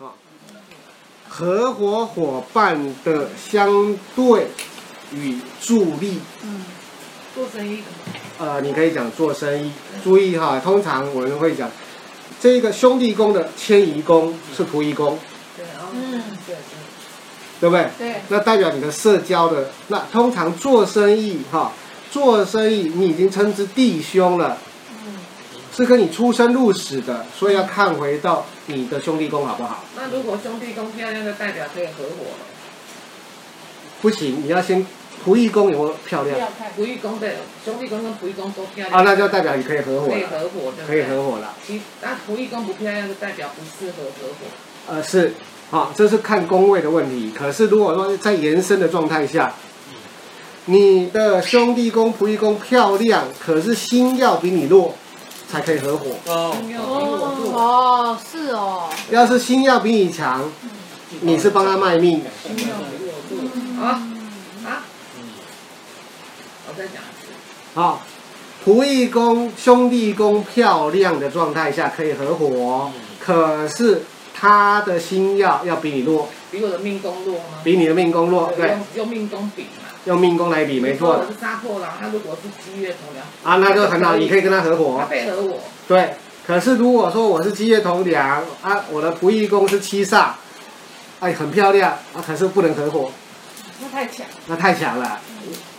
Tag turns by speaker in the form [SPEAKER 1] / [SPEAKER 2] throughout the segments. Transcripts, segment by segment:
[SPEAKER 1] 啊，合伙伙伴的相对与助力，
[SPEAKER 2] 嗯，做生意的嘛，
[SPEAKER 1] 呃，你可以讲做生意，注意哈，通常我们会讲这个兄弟宫的迁移宫是仆役宫，
[SPEAKER 3] 对哦，
[SPEAKER 2] 嗯
[SPEAKER 3] 对
[SPEAKER 1] 对不对？
[SPEAKER 2] 对，
[SPEAKER 1] 那代表你的社交的，那通常做生意哈，做生意你已经称之弟兄了，
[SPEAKER 2] 嗯，
[SPEAKER 1] 是跟你出生入死的，所以要看回到你的兄弟宫好不好？
[SPEAKER 3] 那如果兄弟宫漂亮，就代表可以合伙了。
[SPEAKER 1] 不行，你要先仆役宫有没有漂
[SPEAKER 2] 不
[SPEAKER 1] 亮
[SPEAKER 2] 要看，
[SPEAKER 3] 仆役宫对，兄弟宫跟仆役宫都漂亮
[SPEAKER 1] 啊？那就代表你可以合伙
[SPEAKER 3] 可以
[SPEAKER 1] 了，
[SPEAKER 3] 合伙，对不对？
[SPEAKER 1] 可以合伙了。
[SPEAKER 3] 其那仆役宫不漂亮，就代表不适合合伙。
[SPEAKER 1] 呃，是，好、这是看宫位的问题。可是如果说在延伸的状态下，你的兄弟宫、仆役宫漂亮，可是星耀比你弱，才可以合伙。
[SPEAKER 3] 没
[SPEAKER 4] 哦，
[SPEAKER 3] 有比我弱，
[SPEAKER 2] 哦，是哦，
[SPEAKER 1] 要是星耀比你强，你是帮他卖命的。
[SPEAKER 2] 嗯
[SPEAKER 3] 没有比我弱啊啊！我再讲一次，
[SPEAKER 1] 好、仆役宫、兄弟宫漂亮的状态下可以合伙，可是他的星耀要比你弱，
[SPEAKER 3] 比我的命宫弱吗？
[SPEAKER 1] 比你的命宫弱，对，
[SPEAKER 3] 用用命宫比嘛。
[SPEAKER 1] 用命宫来比没错
[SPEAKER 3] 我是杀破狼，他如果是七月同僚，
[SPEAKER 1] 啊，那就很好，你可以跟他合伙。
[SPEAKER 3] 他配合我，
[SPEAKER 1] 对，可是如果说我是七月同梁啊，我的仆役宫是七煞，哎，很漂亮啊，可是不能合伙，
[SPEAKER 2] 那太强，
[SPEAKER 1] 那太强了。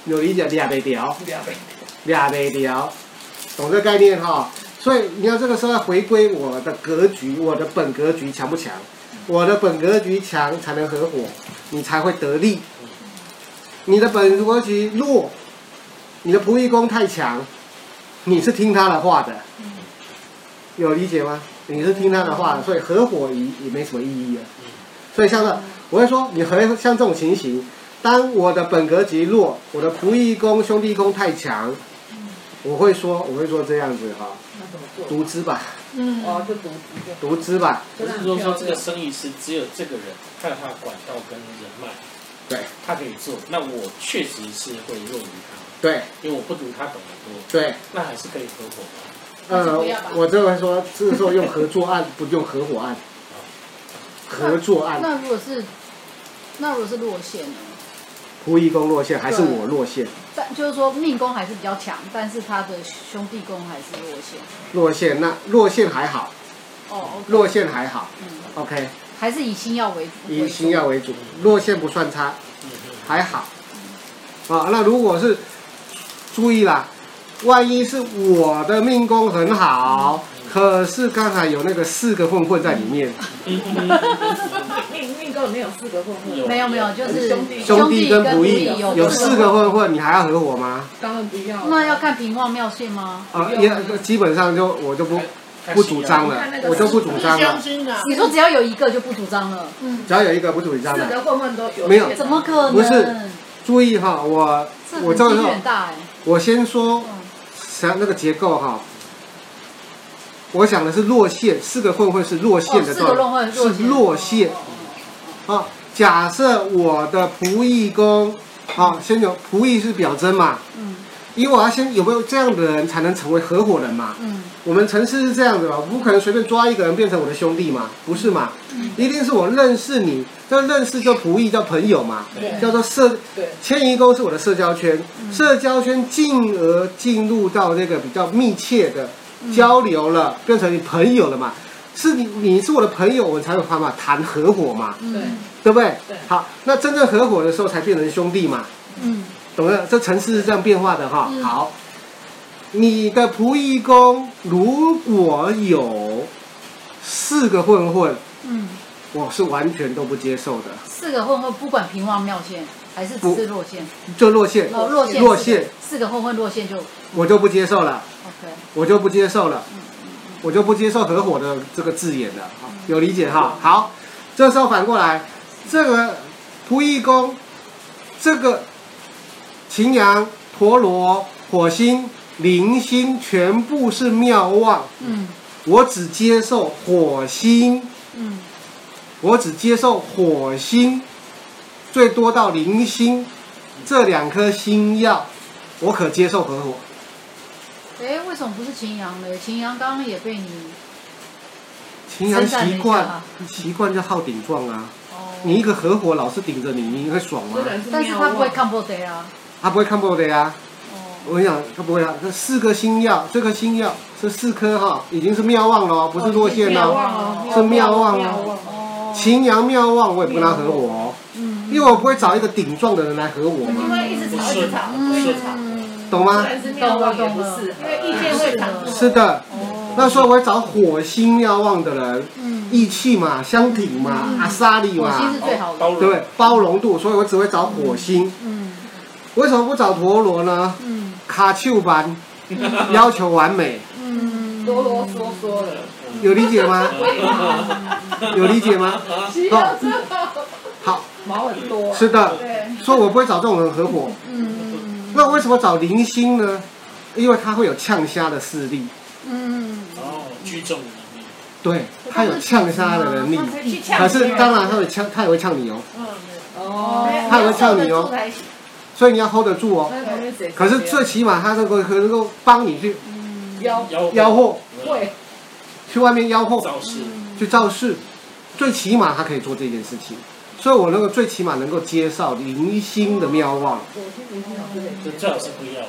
[SPEAKER 1] 有理解俩得掉，
[SPEAKER 3] 不要被
[SPEAKER 1] 俩得掉，懂这概念哈、所以你要这个时候要回归我的格局，我的本格局强不强？我的本格局强才能合伙，你才会得利。你的本格局弱，你的仆役宫太强，你是听他的话的。有理解吗？你是听他的话的，所以合伙也也没什么意义了。啊所以像这，我会说，你和像这种情形，当我的本格局弱，我的仆役宫、兄弟宫太强，我会说，我会说这样子哈、
[SPEAKER 3] 那怎么做？
[SPEAKER 1] 独资吧，
[SPEAKER 2] 嗯，
[SPEAKER 3] 哦，就独资就
[SPEAKER 1] 独资吧，
[SPEAKER 4] 不是说说这个生意是只有这个人，看他的管道跟人脉，
[SPEAKER 1] 对，
[SPEAKER 4] 他可以做。那我确实是会弱于他，
[SPEAKER 1] 对
[SPEAKER 4] 因为我不如他懂得多，
[SPEAKER 1] 对，
[SPEAKER 4] 那还是可以合伙吧。
[SPEAKER 1] 呃
[SPEAKER 2] 还是不要吧，
[SPEAKER 1] 我这回说，这时候用合作案，不用合伙案，合作案，
[SPEAKER 2] 那如果是，那如果是落线呢？
[SPEAKER 1] 仆役宫落线还是我落线？
[SPEAKER 2] 但就是说命宫还是比较强，但是他的兄弟宫还是落线，
[SPEAKER 1] 落线那落线还好，
[SPEAKER 2] 哦，哦
[SPEAKER 1] 落线还好
[SPEAKER 2] 嗯，
[SPEAKER 1] ，OK，
[SPEAKER 2] 还是以星耀为主，
[SPEAKER 1] 以星耀为主，落线不算差。
[SPEAKER 4] 嗯嗯，
[SPEAKER 1] 还好。啊，那如果是注意啦，万一是我的命宫很好，可是刚才有那个四个混混在里面，
[SPEAKER 4] 嗯嗯嗯
[SPEAKER 3] 命命宫里面有四个混混，
[SPEAKER 4] 有
[SPEAKER 2] 没有没有，就是
[SPEAKER 3] 兄弟
[SPEAKER 1] 兄弟跟不义
[SPEAKER 2] 兄弟跟
[SPEAKER 1] 有
[SPEAKER 2] 不义
[SPEAKER 1] 四个混混，你还要合伙吗？
[SPEAKER 3] 当然不要。
[SPEAKER 2] 那要看平旺妙线吗？
[SPEAKER 1] 啊，
[SPEAKER 3] 不
[SPEAKER 1] 也
[SPEAKER 3] 要
[SPEAKER 1] 基本上就我就不不主张了
[SPEAKER 3] 看那，个
[SPEAKER 1] 我就不主张了，
[SPEAKER 5] 亲啊，
[SPEAKER 2] 你说只要有一个就不主张了，
[SPEAKER 5] 嗯，
[SPEAKER 1] 只要有一个不主张
[SPEAKER 3] 四
[SPEAKER 1] 的，
[SPEAKER 3] 个混混都有，
[SPEAKER 1] 没有
[SPEAKER 2] 怎么可能？
[SPEAKER 1] 不是注意哈，我
[SPEAKER 2] 这
[SPEAKER 1] 我
[SPEAKER 2] 很
[SPEAKER 1] 这个
[SPEAKER 2] 几率
[SPEAKER 1] 时候
[SPEAKER 2] 很大哎、
[SPEAKER 1] 我先说
[SPEAKER 2] 嗯
[SPEAKER 1] 想那个结构哈。我想的是落线，四个混混是落
[SPEAKER 2] 哦，
[SPEAKER 1] 线的
[SPEAKER 2] 四
[SPEAKER 1] 状
[SPEAKER 2] 个
[SPEAKER 1] 态，
[SPEAKER 2] 落会
[SPEAKER 1] 是落线，啊，假设我的仆役宫，啊，先有仆役是表征嘛，
[SPEAKER 2] 嗯
[SPEAKER 1] 因为我要先有没有这样的人才能成为合伙人嘛？
[SPEAKER 2] 嗯，
[SPEAKER 1] 我们城市是这样子嘛，我不可能随便抓一个人变成我的兄弟嘛，不是嘛？
[SPEAKER 2] 嗯
[SPEAKER 1] 一定是我认识你，这认识叫仆役，叫朋友嘛，
[SPEAKER 3] 对
[SPEAKER 1] 叫做社
[SPEAKER 3] 对，
[SPEAKER 1] 迁移宫是我的社交圈，
[SPEAKER 2] 嗯
[SPEAKER 1] 社交圈进而进入到那个比较密切的交流了，
[SPEAKER 2] 嗯
[SPEAKER 1] 变成你朋友了嘛。是你，你是我的朋友，我们才有办法谈合伙嘛。
[SPEAKER 2] 嗯
[SPEAKER 3] 对
[SPEAKER 1] 对不对？
[SPEAKER 3] 对
[SPEAKER 1] 好，那真正合伙的时候才变成兄弟嘛，
[SPEAKER 2] 嗯
[SPEAKER 1] 懂了？这层次是这样变化的哈。
[SPEAKER 2] 嗯
[SPEAKER 1] 好，你的仆役宫如果有四个混混，
[SPEAKER 2] 嗯，
[SPEAKER 1] 我是完全都不接受的，
[SPEAKER 2] 四个混混不管平旺妙线还是只是落线，
[SPEAKER 1] 就落线，
[SPEAKER 2] 哦落线
[SPEAKER 1] 落线，
[SPEAKER 2] 四个混混落线就
[SPEAKER 1] 我就不接受了，
[SPEAKER 2] OK，
[SPEAKER 1] 我就不接受了，我就不接受合伙的这个字眼了，哈有理解哈？好，这时候反过来，这个仆役宫，这个擎羊、陀罗、火星、铃星全部是妙望，
[SPEAKER 2] 嗯
[SPEAKER 1] 我只接受火星，
[SPEAKER 2] 嗯
[SPEAKER 1] 我只接受火星，最多到铃星这两颗星耀，我可接受合伙。
[SPEAKER 2] 哎，为什么不是秦阳呢？秦阳刚刚也被你
[SPEAKER 1] 形成习惯
[SPEAKER 2] 啊，
[SPEAKER 1] 习惯就好顶撞啊。
[SPEAKER 2] 哦，
[SPEAKER 1] 你一个合伙老是顶着你，你会爽吗
[SPEAKER 3] 虽？然是
[SPEAKER 2] 但是他不会
[SPEAKER 3] 看，
[SPEAKER 2] 看破的啊。
[SPEAKER 1] 他不会看破的呀。
[SPEAKER 2] 哦，
[SPEAKER 1] 我跟你讲，他不会啊。这四个星耀，这个星耀这四颗哈，已经是妙望了哦，不是落线
[SPEAKER 3] 妙
[SPEAKER 1] 哦。
[SPEAKER 3] 望哦，
[SPEAKER 1] 是妙望哦
[SPEAKER 3] 妙望哦，
[SPEAKER 2] 哦，
[SPEAKER 1] 秦阳妙望，我也不跟他合伙哦，
[SPEAKER 2] 嗯，
[SPEAKER 1] 因为我不会找一个顶撞的人来合伙
[SPEAKER 3] 因
[SPEAKER 1] 嘛，
[SPEAKER 3] 为一直
[SPEAKER 4] 不
[SPEAKER 3] 吵，一
[SPEAKER 4] 是
[SPEAKER 3] 直吵，
[SPEAKER 4] 不
[SPEAKER 3] 一
[SPEAKER 4] 是
[SPEAKER 3] 直吵。
[SPEAKER 2] 嗯
[SPEAKER 1] 懂
[SPEAKER 3] 虽
[SPEAKER 1] 吗？
[SPEAKER 3] 然是妙望，也不是，因为意见会常
[SPEAKER 1] 是的，
[SPEAKER 2] 哦，
[SPEAKER 1] 那时候我会找火星妙望的人，
[SPEAKER 2] 嗯，
[SPEAKER 1] 义气嘛，相挺嘛，
[SPEAKER 2] 嗯
[SPEAKER 1] 阿萨里
[SPEAKER 2] 火
[SPEAKER 1] 嘛
[SPEAKER 2] 星，是最好的，
[SPEAKER 4] 包容
[SPEAKER 1] 对，包容度，所以我只会找火星。
[SPEAKER 2] 嗯
[SPEAKER 1] 为什么不找陀螺呢？
[SPEAKER 2] 嗯
[SPEAKER 1] 卡丘班，要求完美，
[SPEAKER 2] 嗯，
[SPEAKER 3] 啰啰嗦嗦的，
[SPEAKER 1] 有理解吗？有理解吗？
[SPEAKER 3] 需要这个
[SPEAKER 1] 好，
[SPEAKER 3] 毛很多，
[SPEAKER 1] 是的，
[SPEAKER 3] 对，
[SPEAKER 1] 所以我不会找这种人合伙。
[SPEAKER 2] 嗯，
[SPEAKER 1] 那为什么找零星呢？因为他会有呛虾的势力，
[SPEAKER 2] 嗯，
[SPEAKER 4] 哦，聚众的能力，
[SPEAKER 1] 对他有呛虾的能力。
[SPEAKER 2] 他
[SPEAKER 3] 去呛
[SPEAKER 1] 可
[SPEAKER 3] 别
[SPEAKER 1] 是
[SPEAKER 3] 人
[SPEAKER 1] 当然他会呛，他也会呛你哦，
[SPEAKER 3] 哦，
[SPEAKER 1] 他也会呛你哦，所以你要 hold 得住哦。
[SPEAKER 3] 那旁边谁？
[SPEAKER 1] 可是最起码他能够可能够帮你去
[SPEAKER 3] 妖
[SPEAKER 4] 吆
[SPEAKER 1] 吆喝，
[SPEAKER 3] 会，
[SPEAKER 1] 去外面吆喝。
[SPEAKER 4] 造势，
[SPEAKER 1] 去造势，最起码他可以做这件事情，所以我能够最起码能够接受零星的妙望啊、
[SPEAKER 3] 我听明星老师
[SPEAKER 4] 这
[SPEAKER 3] 的，
[SPEAKER 4] 最好是不要了。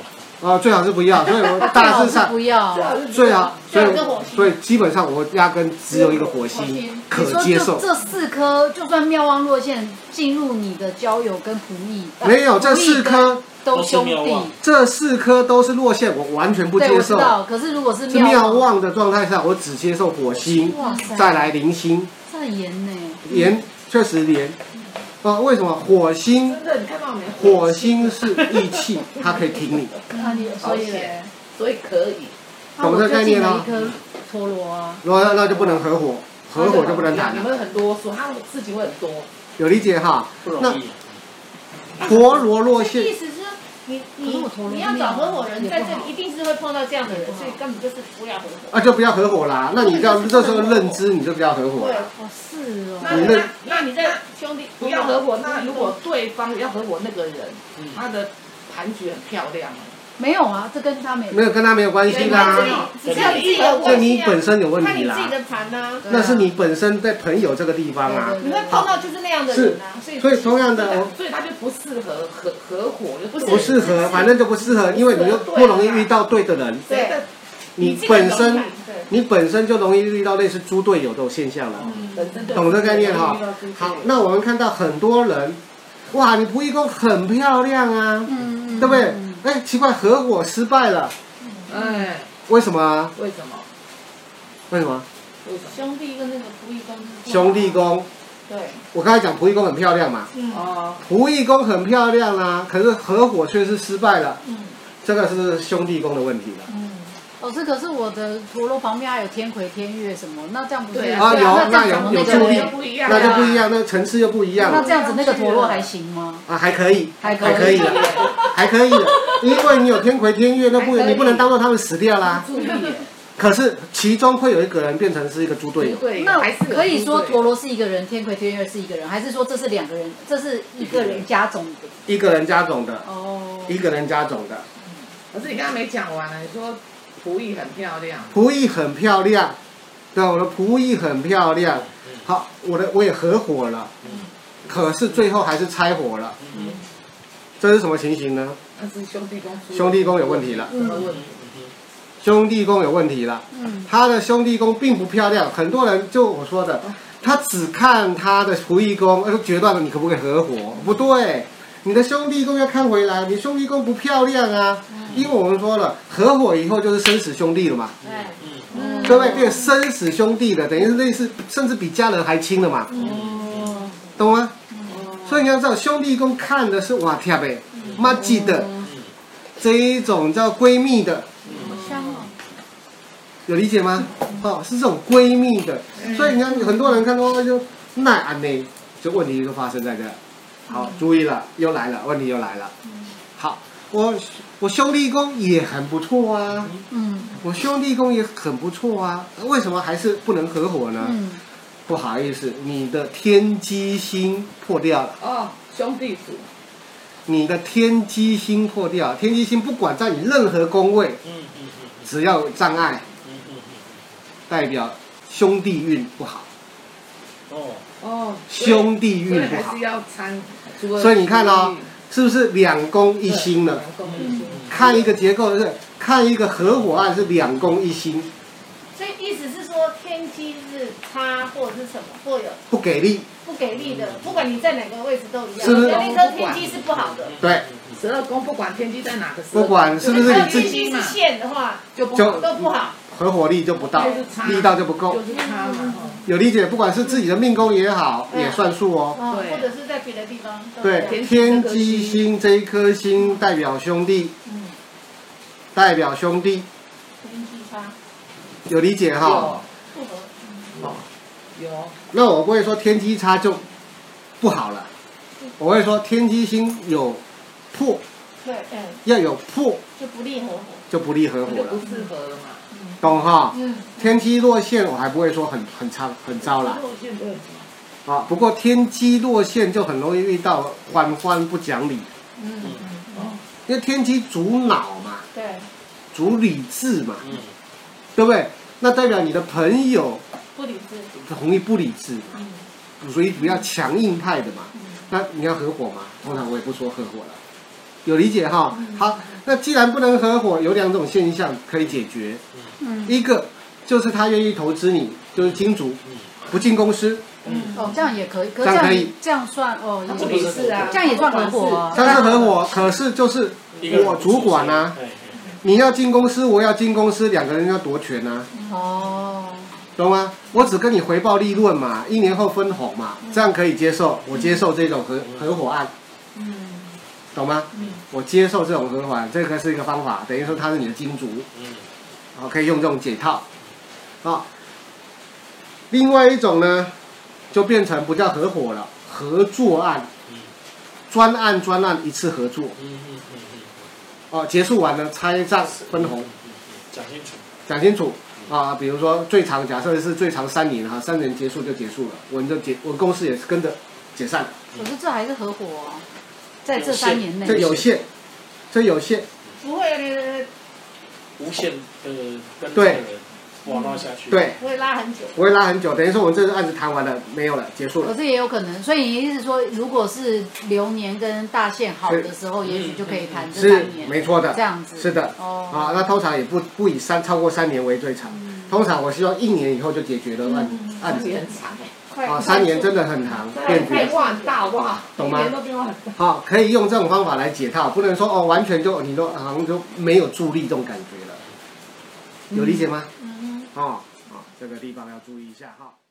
[SPEAKER 1] 最好是不要，所以我大致上
[SPEAKER 2] 不要，
[SPEAKER 1] 最好，所以
[SPEAKER 3] 最好是火星
[SPEAKER 1] 所以基本上我压根只有一个火
[SPEAKER 3] 火
[SPEAKER 1] 星
[SPEAKER 3] 星
[SPEAKER 1] 可
[SPEAKER 2] 你说
[SPEAKER 1] 接
[SPEAKER 2] 就
[SPEAKER 1] 受，
[SPEAKER 2] 这四颗，就算妙望落线进入你的交友跟不易，呃
[SPEAKER 1] 没有
[SPEAKER 2] 不
[SPEAKER 1] 这
[SPEAKER 2] 易
[SPEAKER 1] 四
[SPEAKER 2] 跟
[SPEAKER 1] 颗，
[SPEAKER 2] 都兄
[SPEAKER 4] 都是妙望
[SPEAKER 2] 弟，
[SPEAKER 1] 这四颗都是落线，我完全不
[SPEAKER 2] 对，
[SPEAKER 1] 接
[SPEAKER 2] 我知
[SPEAKER 1] 受。
[SPEAKER 2] 道。可是如果是
[SPEAKER 1] 是妙
[SPEAKER 2] 望，
[SPEAKER 1] 望的状态下，我只接受火星，
[SPEAKER 2] 哇塞，
[SPEAKER 1] 再来零星，
[SPEAKER 2] 这很严呢，
[SPEAKER 1] 连确实连，啊，为什么火星？
[SPEAKER 3] 真的，你看到没？
[SPEAKER 1] 火星是义气，它可以挺你。
[SPEAKER 2] 看你所以嘞，
[SPEAKER 3] 所以可以，
[SPEAKER 2] 那
[SPEAKER 1] 懂
[SPEAKER 2] 我
[SPEAKER 1] 这个
[SPEAKER 2] 就
[SPEAKER 1] 概
[SPEAKER 2] 进
[SPEAKER 1] 念啊
[SPEAKER 2] 了
[SPEAKER 1] 吗
[SPEAKER 2] 一颗陀螺啊，
[SPEAKER 1] 然后那那就不能合伙，合伙就不能谈
[SPEAKER 3] 你
[SPEAKER 1] 了，
[SPEAKER 3] 会很啰嗦，他事情会很多，
[SPEAKER 1] 有理解哈？
[SPEAKER 4] 不容易啊。
[SPEAKER 1] 陀螺落
[SPEAKER 5] 意
[SPEAKER 1] 线，
[SPEAKER 5] 思是说，你
[SPEAKER 2] 可是
[SPEAKER 5] 你
[SPEAKER 2] 我陀螺
[SPEAKER 5] 你要找合伙人，
[SPEAKER 2] 也不好
[SPEAKER 5] 在这里一定是会碰到这样的
[SPEAKER 2] 也不
[SPEAKER 5] 人，
[SPEAKER 2] 好
[SPEAKER 5] 所以根本就是不要合伙。
[SPEAKER 1] 啊就不要合伙啦。那你要这时候认知，你就不要合伙啦。
[SPEAKER 2] 哦是
[SPEAKER 3] 那
[SPEAKER 1] 你
[SPEAKER 2] 哦，
[SPEAKER 1] 那
[SPEAKER 3] 那那你在兄弟不要合伙，那嗯如果对方要合伙那个人，他的盘局很漂亮，
[SPEAKER 2] 没有啊，这跟他没
[SPEAKER 1] 没有跟他没有关系啦，
[SPEAKER 5] 只是要你自己有
[SPEAKER 1] 这
[SPEAKER 5] 关
[SPEAKER 1] 啊你
[SPEAKER 5] 系啊
[SPEAKER 1] 本，身有问
[SPEAKER 5] 看
[SPEAKER 1] 题
[SPEAKER 5] 你自己
[SPEAKER 1] 啦，
[SPEAKER 5] 的盘呐，
[SPEAKER 2] 啊
[SPEAKER 1] 那是你本身在朋友这个地方啊。
[SPEAKER 5] 你会碰到就是那样的人啊，所以
[SPEAKER 1] 所以同样的，我
[SPEAKER 3] 所以他就不适合合合伙，就不
[SPEAKER 1] 不适合，反正就不适合，因为你又不容易遇到对的人，
[SPEAKER 3] 谁的
[SPEAKER 1] 你本身
[SPEAKER 5] 对
[SPEAKER 1] 你本身就容易遇到类似猪队友这种现象了。
[SPEAKER 5] 嗯
[SPEAKER 3] 本身就
[SPEAKER 1] 懂这概念哈。好，那我们看到很多人，哇，你仆役工很漂亮啊，
[SPEAKER 2] 嗯，嗯
[SPEAKER 1] 对不对
[SPEAKER 2] 嗯？
[SPEAKER 1] 哎，奇怪，合伙失败了，
[SPEAKER 3] 哎，
[SPEAKER 1] 为什么啊？
[SPEAKER 3] 为什么？
[SPEAKER 1] 为什么？
[SPEAKER 3] 为什么？
[SPEAKER 5] 兄弟跟那个仆役公司
[SPEAKER 1] 兄弟宫，
[SPEAKER 3] 对，
[SPEAKER 1] 我刚才讲仆役宫很漂亮嘛，
[SPEAKER 5] 嗯，
[SPEAKER 3] 哦，
[SPEAKER 1] 仆役宫很漂亮啊，可是合伙却是失败了，
[SPEAKER 5] 嗯
[SPEAKER 1] 这个是兄弟宫的问题了。
[SPEAKER 2] 老师，哦可是我的陀螺旁边还有天魁、天月什么，那这样不是
[SPEAKER 3] 对
[SPEAKER 1] 啊，
[SPEAKER 3] 对
[SPEAKER 1] 有
[SPEAKER 2] 那
[SPEAKER 1] 那
[SPEAKER 2] 这样
[SPEAKER 1] 有
[SPEAKER 2] 怎么
[SPEAKER 1] 有助
[SPEAKER 2] 那个
[SPEAKER 1] 力
[SPEAKER 3] 就，不一样，
[SPEAKER 1] 那就不一样，那层次又不一样
[SPEAKER 2] 那
[SPEAKER 1] 了
[SPEAKER 2] 这样子那个陀螺还行吗？
[SPEAKER 1] 啊，还可以，
[SPEAKER 2] 还
[SPEAKER 1] 还可以啊的，还可以 的，因为你有天魁天月，那不
[SPEAKER 3] 还可以
[SPEAKER 1] 你不能当做他们死掉啦。
[SPEAKER 3] 注
[SPEAKER 5] 嗯
[SPEAKER 3] 意，
[SPEAKER 1] 可是其中会有一个人变成是一个猪队友，
[SPEAKER 3] 对，
[SPEAKER 2] 那
[SPEAKER 3] 还是
[SPEAKER 2] 可以说陀螺是一个人，天魁天月是一个人，还是说这是两个人？这是一个人加总的
[SPEAKER 1] 一个人加总的，
[SPEAKER 2] 哦。
[SPEAKER 1] 一个人加总的。
[SPEAKER 3] 可是你刚刚没讲完呢，你说仆役很漂亮，
[SPEAKER 1] 仆役很漂亮，对吧，我的仆役很漂亮。好，我的我也合伙了，可是最后还是拆伙了，
[SPEAKER 4] 嗯
[SPEAKER 1] 这是什么情形呢？
[SPEAKER 3] 那是兄弟公司，
[SPEAKER 1] 兄弟宫有问题了，
[SPEAKER 3] 什么问题？
[SPEAKER 1] 兄弟宫有问题了。
[SPEAKER 2] 嗯，
[SPEAKER 1] 他的兄弟宫并不漂亮，很多人就我说的，他只看他的仆役宫，呃，决断了你可不可以合伙，不对，你的兄弟宫要看回来，你兄弟宫不漂亮啊，因为我们说了，合伙以后就是生死兄弟了嘛，
[SPEAKER 5] 对，
[SPEAKER 4] 嗯
[SPEAKER 5] 嗯
[SPEAKER 1] 对不对？变生死兄弟的，等于是类似，甚至比家人还亲了嘛，
[SPEAKER 3] 哦，
[SPEAKER 1] 懂吗？所
[SPEAKER 3] 以
[SPEAKER 1] 以你要知道，兄弟宫看的是哇天呗，妈记的这一种叫闺蜜的，
[SPEAKER 5] 香哦，
[SPEAKER 1] 有理解吗？哦，是这种闺蜜的，所以你看很多人看到就那安呢，就问题就发生在这。好，注意了，又来了，问题又来了。好，我我兄弟宫也很不错啊，
[SPEAKER 2] 嗯
[SPEAKER 1] 我兄弟宫也很不错啊，为什么还是不能合伙呢？
[SPEAKER 2] 嗯，
[SPEAKER 1] 不好意思，你的天机星破掉了，
[SPEAKER 3] 哦，兄弟组，
[SPEAKER 1] 你的天机星破掉，天机星不管在你任何宫位，
[SPEAKER 4] 嗯嗯嗯
[SPEAKER 1] 只要有障碍，
[SPEAKER 4] 嗯嗯
[SPEAKER 1] 代表兄弟运不好，
[SPEAKER 4] 哦，
[SPEAKER 3] 哦，对
[SPEAKER 1] 兄弟
[SPEAKER 3] 所以
[SPEAKER 1] 运不
[SPEAKER 3] 还
[SPEAKER 1] 好
[SPEAKER 3] 是，要参，
[SPEAKER 1] 所以你看哦是不是两宫一心呢？
[SPEAKER 4] 嗯，
[SPEAKER 1] 看一个结构是看一个合伙案是两宫一心，
[SPEAKER 5] 所以意思是说天机是差或者是什么，或有
[SPEAKER 1] 不给力，
[SPEAKER 5] 不给力的，不管你在哪个位置都一样。
[SPEAKER 1] 是不是
[SPEAKER 5] 那颗天机是不好的，
[SPEAKER 1] 对，
[SPEAKER 3] 十二宫不管天机在哪个，
[SPEAKER 1] 不管是不是你
[SPEAKER 5] 天
[SPEAKER 1] 自己
[SPEAKER 5] 机是线的话
[SPEAKER 3] 就不
[SPEAKER 1] 就
[SPEAKER 3] 好，
[SPEAKER 5] 都不好。
[SPEAKER 1] 合伙力就不到
[SPEAKER 3] 就是差，
[SPEAKER 1] 力道就不够
[SPEAKER 3] 就。是他嘛，
[SPEAKER 1] 有理解，不管是自己的命宫也好，
[SPEAKER 5] 嗯
[SPEAKER 1] 也算数哦。
[SPEAKER 5] 哦，
[SPEAKER 3] 对
[SPEAKER 5] 或者是在别的地方都一样
[SPEAKER 1] 对，天机星这一颗星代表兄弟，
[SPEAKER 5] 嗯
[SPEAKER 1] 代表兄弟，
[SPEAKER 5] 天机差
[SPEAKER 1] 有理解哈？
[SPEAKER 5] 不合，
[SPEAKER 3] 有
[SPEAKER 1] 那我不会说天机差就不好了，我会说天机星有破，
[SPEAKER 5] 对，嗯，
[SPEAKER 1] 要有破
[SPEAKER 5] 就不利合伙。
[SPEAKER 1] 就不利合伙
[SPEAKER 3] 那就不
[SPEAKER 1] 了，
[SPEAKER 3] 适合了嘛，
[SPEAKER 1] 懂哈？
[SPEAKER 5] 嗯，
[SPEAKER 1] 天机落陷我还不会说很很差很糟啦，
[SPEAKER 3] 路线对，
[SPEAKER 1] 啊，不过天机落陷就很容易遇到欢欢不讲理，
[SPEAKER 5] 嗯，
[SPEAKER 3] 哦，
[SPEAKER 1] 因为天机主脑嘛，
[SPEAKER 5] 对，
[SPEAKER 1] 主理智嘛，
[SPEAKER 4] 嗯，
[SPEAKER 1] 对不对？那代表你的朋友
[SPEAKER 5] 不理智。
[SPEAKER 1] 容易不理智嘛，所以比较强硬派的嘛。那你要合伙嘛？通常我也不说合伙了，有理解哈？好，那既然不能合伙，有两种现象可以解决，
[SPEAKER 2] 嗯，
[SPEAKER 1] 一个就是他愿意投资你，就是金主
[SPEAKER 4] 嗯，
[SPEAKER 1] 不进公司，
[SPEAKER 3] 嗯，
[SPEAKER 2] 哦，这样也可以，可
[SPEAKER 1] 这
[SPEAKER 2] 这
[SPEAKER 1] 样可
[SPEAKER 2] 样
[SPEAKER 1] 以
[SPEAKER 2] 也这样算哦，
[SPEAKER 3] 他不
[SPEAKER 2] 也
[SPEAKER 3] 理智啊，
[SPEAKER 2] 这样也算合伙啊。
[SPEAKER 1] 但是合伙可是就是
[SPEAKER 4] 一个人
[SPEAKER 1] 我主管啊，
[SPEAKER 4] 对对
[SPEAKER 1] 你要进公司，我要进公司，两个人要夺权啊，
[SPEAKER 2] 哦，
[SPEAKER 1] 懂吗？我只跟你回报利润嘛，一年后分红嘛，这样可以接受，我接受这种合合伙案，
[SPEAKER 3] 嗯，
[SPEAKER 1] 懂吗？我接受这种合伙案，这个是一个方法，等于说他是你的金主，
[SPEAKER 4] 嗯
[SPEAKER 1] 好，可以用这种解套。好，另外一种呢，就变成不叫合伙了，合作案，
[SPEAKER 4] 嗯
[SPEAKER 1] 专案专案一次合作，
[SPEAKER 4] 嗯嗯嗯嗯，
[SPEAKER 1] 哦，结束完了拆账分红，
[SPEAKER 4] 讲清楚，
[SPEAKER 1] 讲清楚啊。比如说最长，假设是最长三年哈，三年结束就结束了，我们就解，我公司也是跟着解散了，
[SPEAKER 2] 可是这还是合伙哦，在这三年内
[SPEAKER 1] 这有限，这有限，
[SPEAKER 5] 不会
[SPEAKER 4] 无限的跟这个
[SPEAKER 1] 对
[SPEAKER 4] 人网络下去，
[SPEAKER 1] 对，
[SPEAKER 5] 不会拉很久。
[SPEAKER 1] 不会拉很久。等于说我们这个案子谈完了，没有了，结束了
[SPEAKER 2] 可。是也有可能，所以你意思说，如果是流年跟大限好的时候，
[SPEAKER 4] 是
[SPEAKER 2] 也许就可以谈这
[SPEAKER 1] 嗯是
[SPEAKER 2] 三年，
[SPEAKER 1] 没错的
[SPEAKER 2] 这，样子。
[SPEAKER 1] 是的
[SPEAKER 2] 哦，
[SPEAKER 1] 啊，那通常也不不以三超过三年为最长，通常我希望一年以后就解决了案案
[SPEAKER 3] 案
[SPEAKER 1] 子
[SPEAKER 3] 子很长哎，
[SPEAKER 5] 嗯快
[SPEAKER 1] 啊，嗯三年真
[SPEAKER 5] 的
[SPEAKER 1] 的很长，
[SPEAKER 3] 太
[SPEAKER 1] 变局
[SPEAKER 3] 变化很大哇，
[SPEAKER 1] 懂吗
[SPEAKER 3] 一年都变化很大，
[SPEAKER 1] 好，可以用这种方法来解套，不能说哦完全就你都好像就没有助力这种感觉了，有理解吗？
[SPEAKER 5] 嗯哼。
[SPEAKER 1] 哦，哦，这个地方要注意一下哈。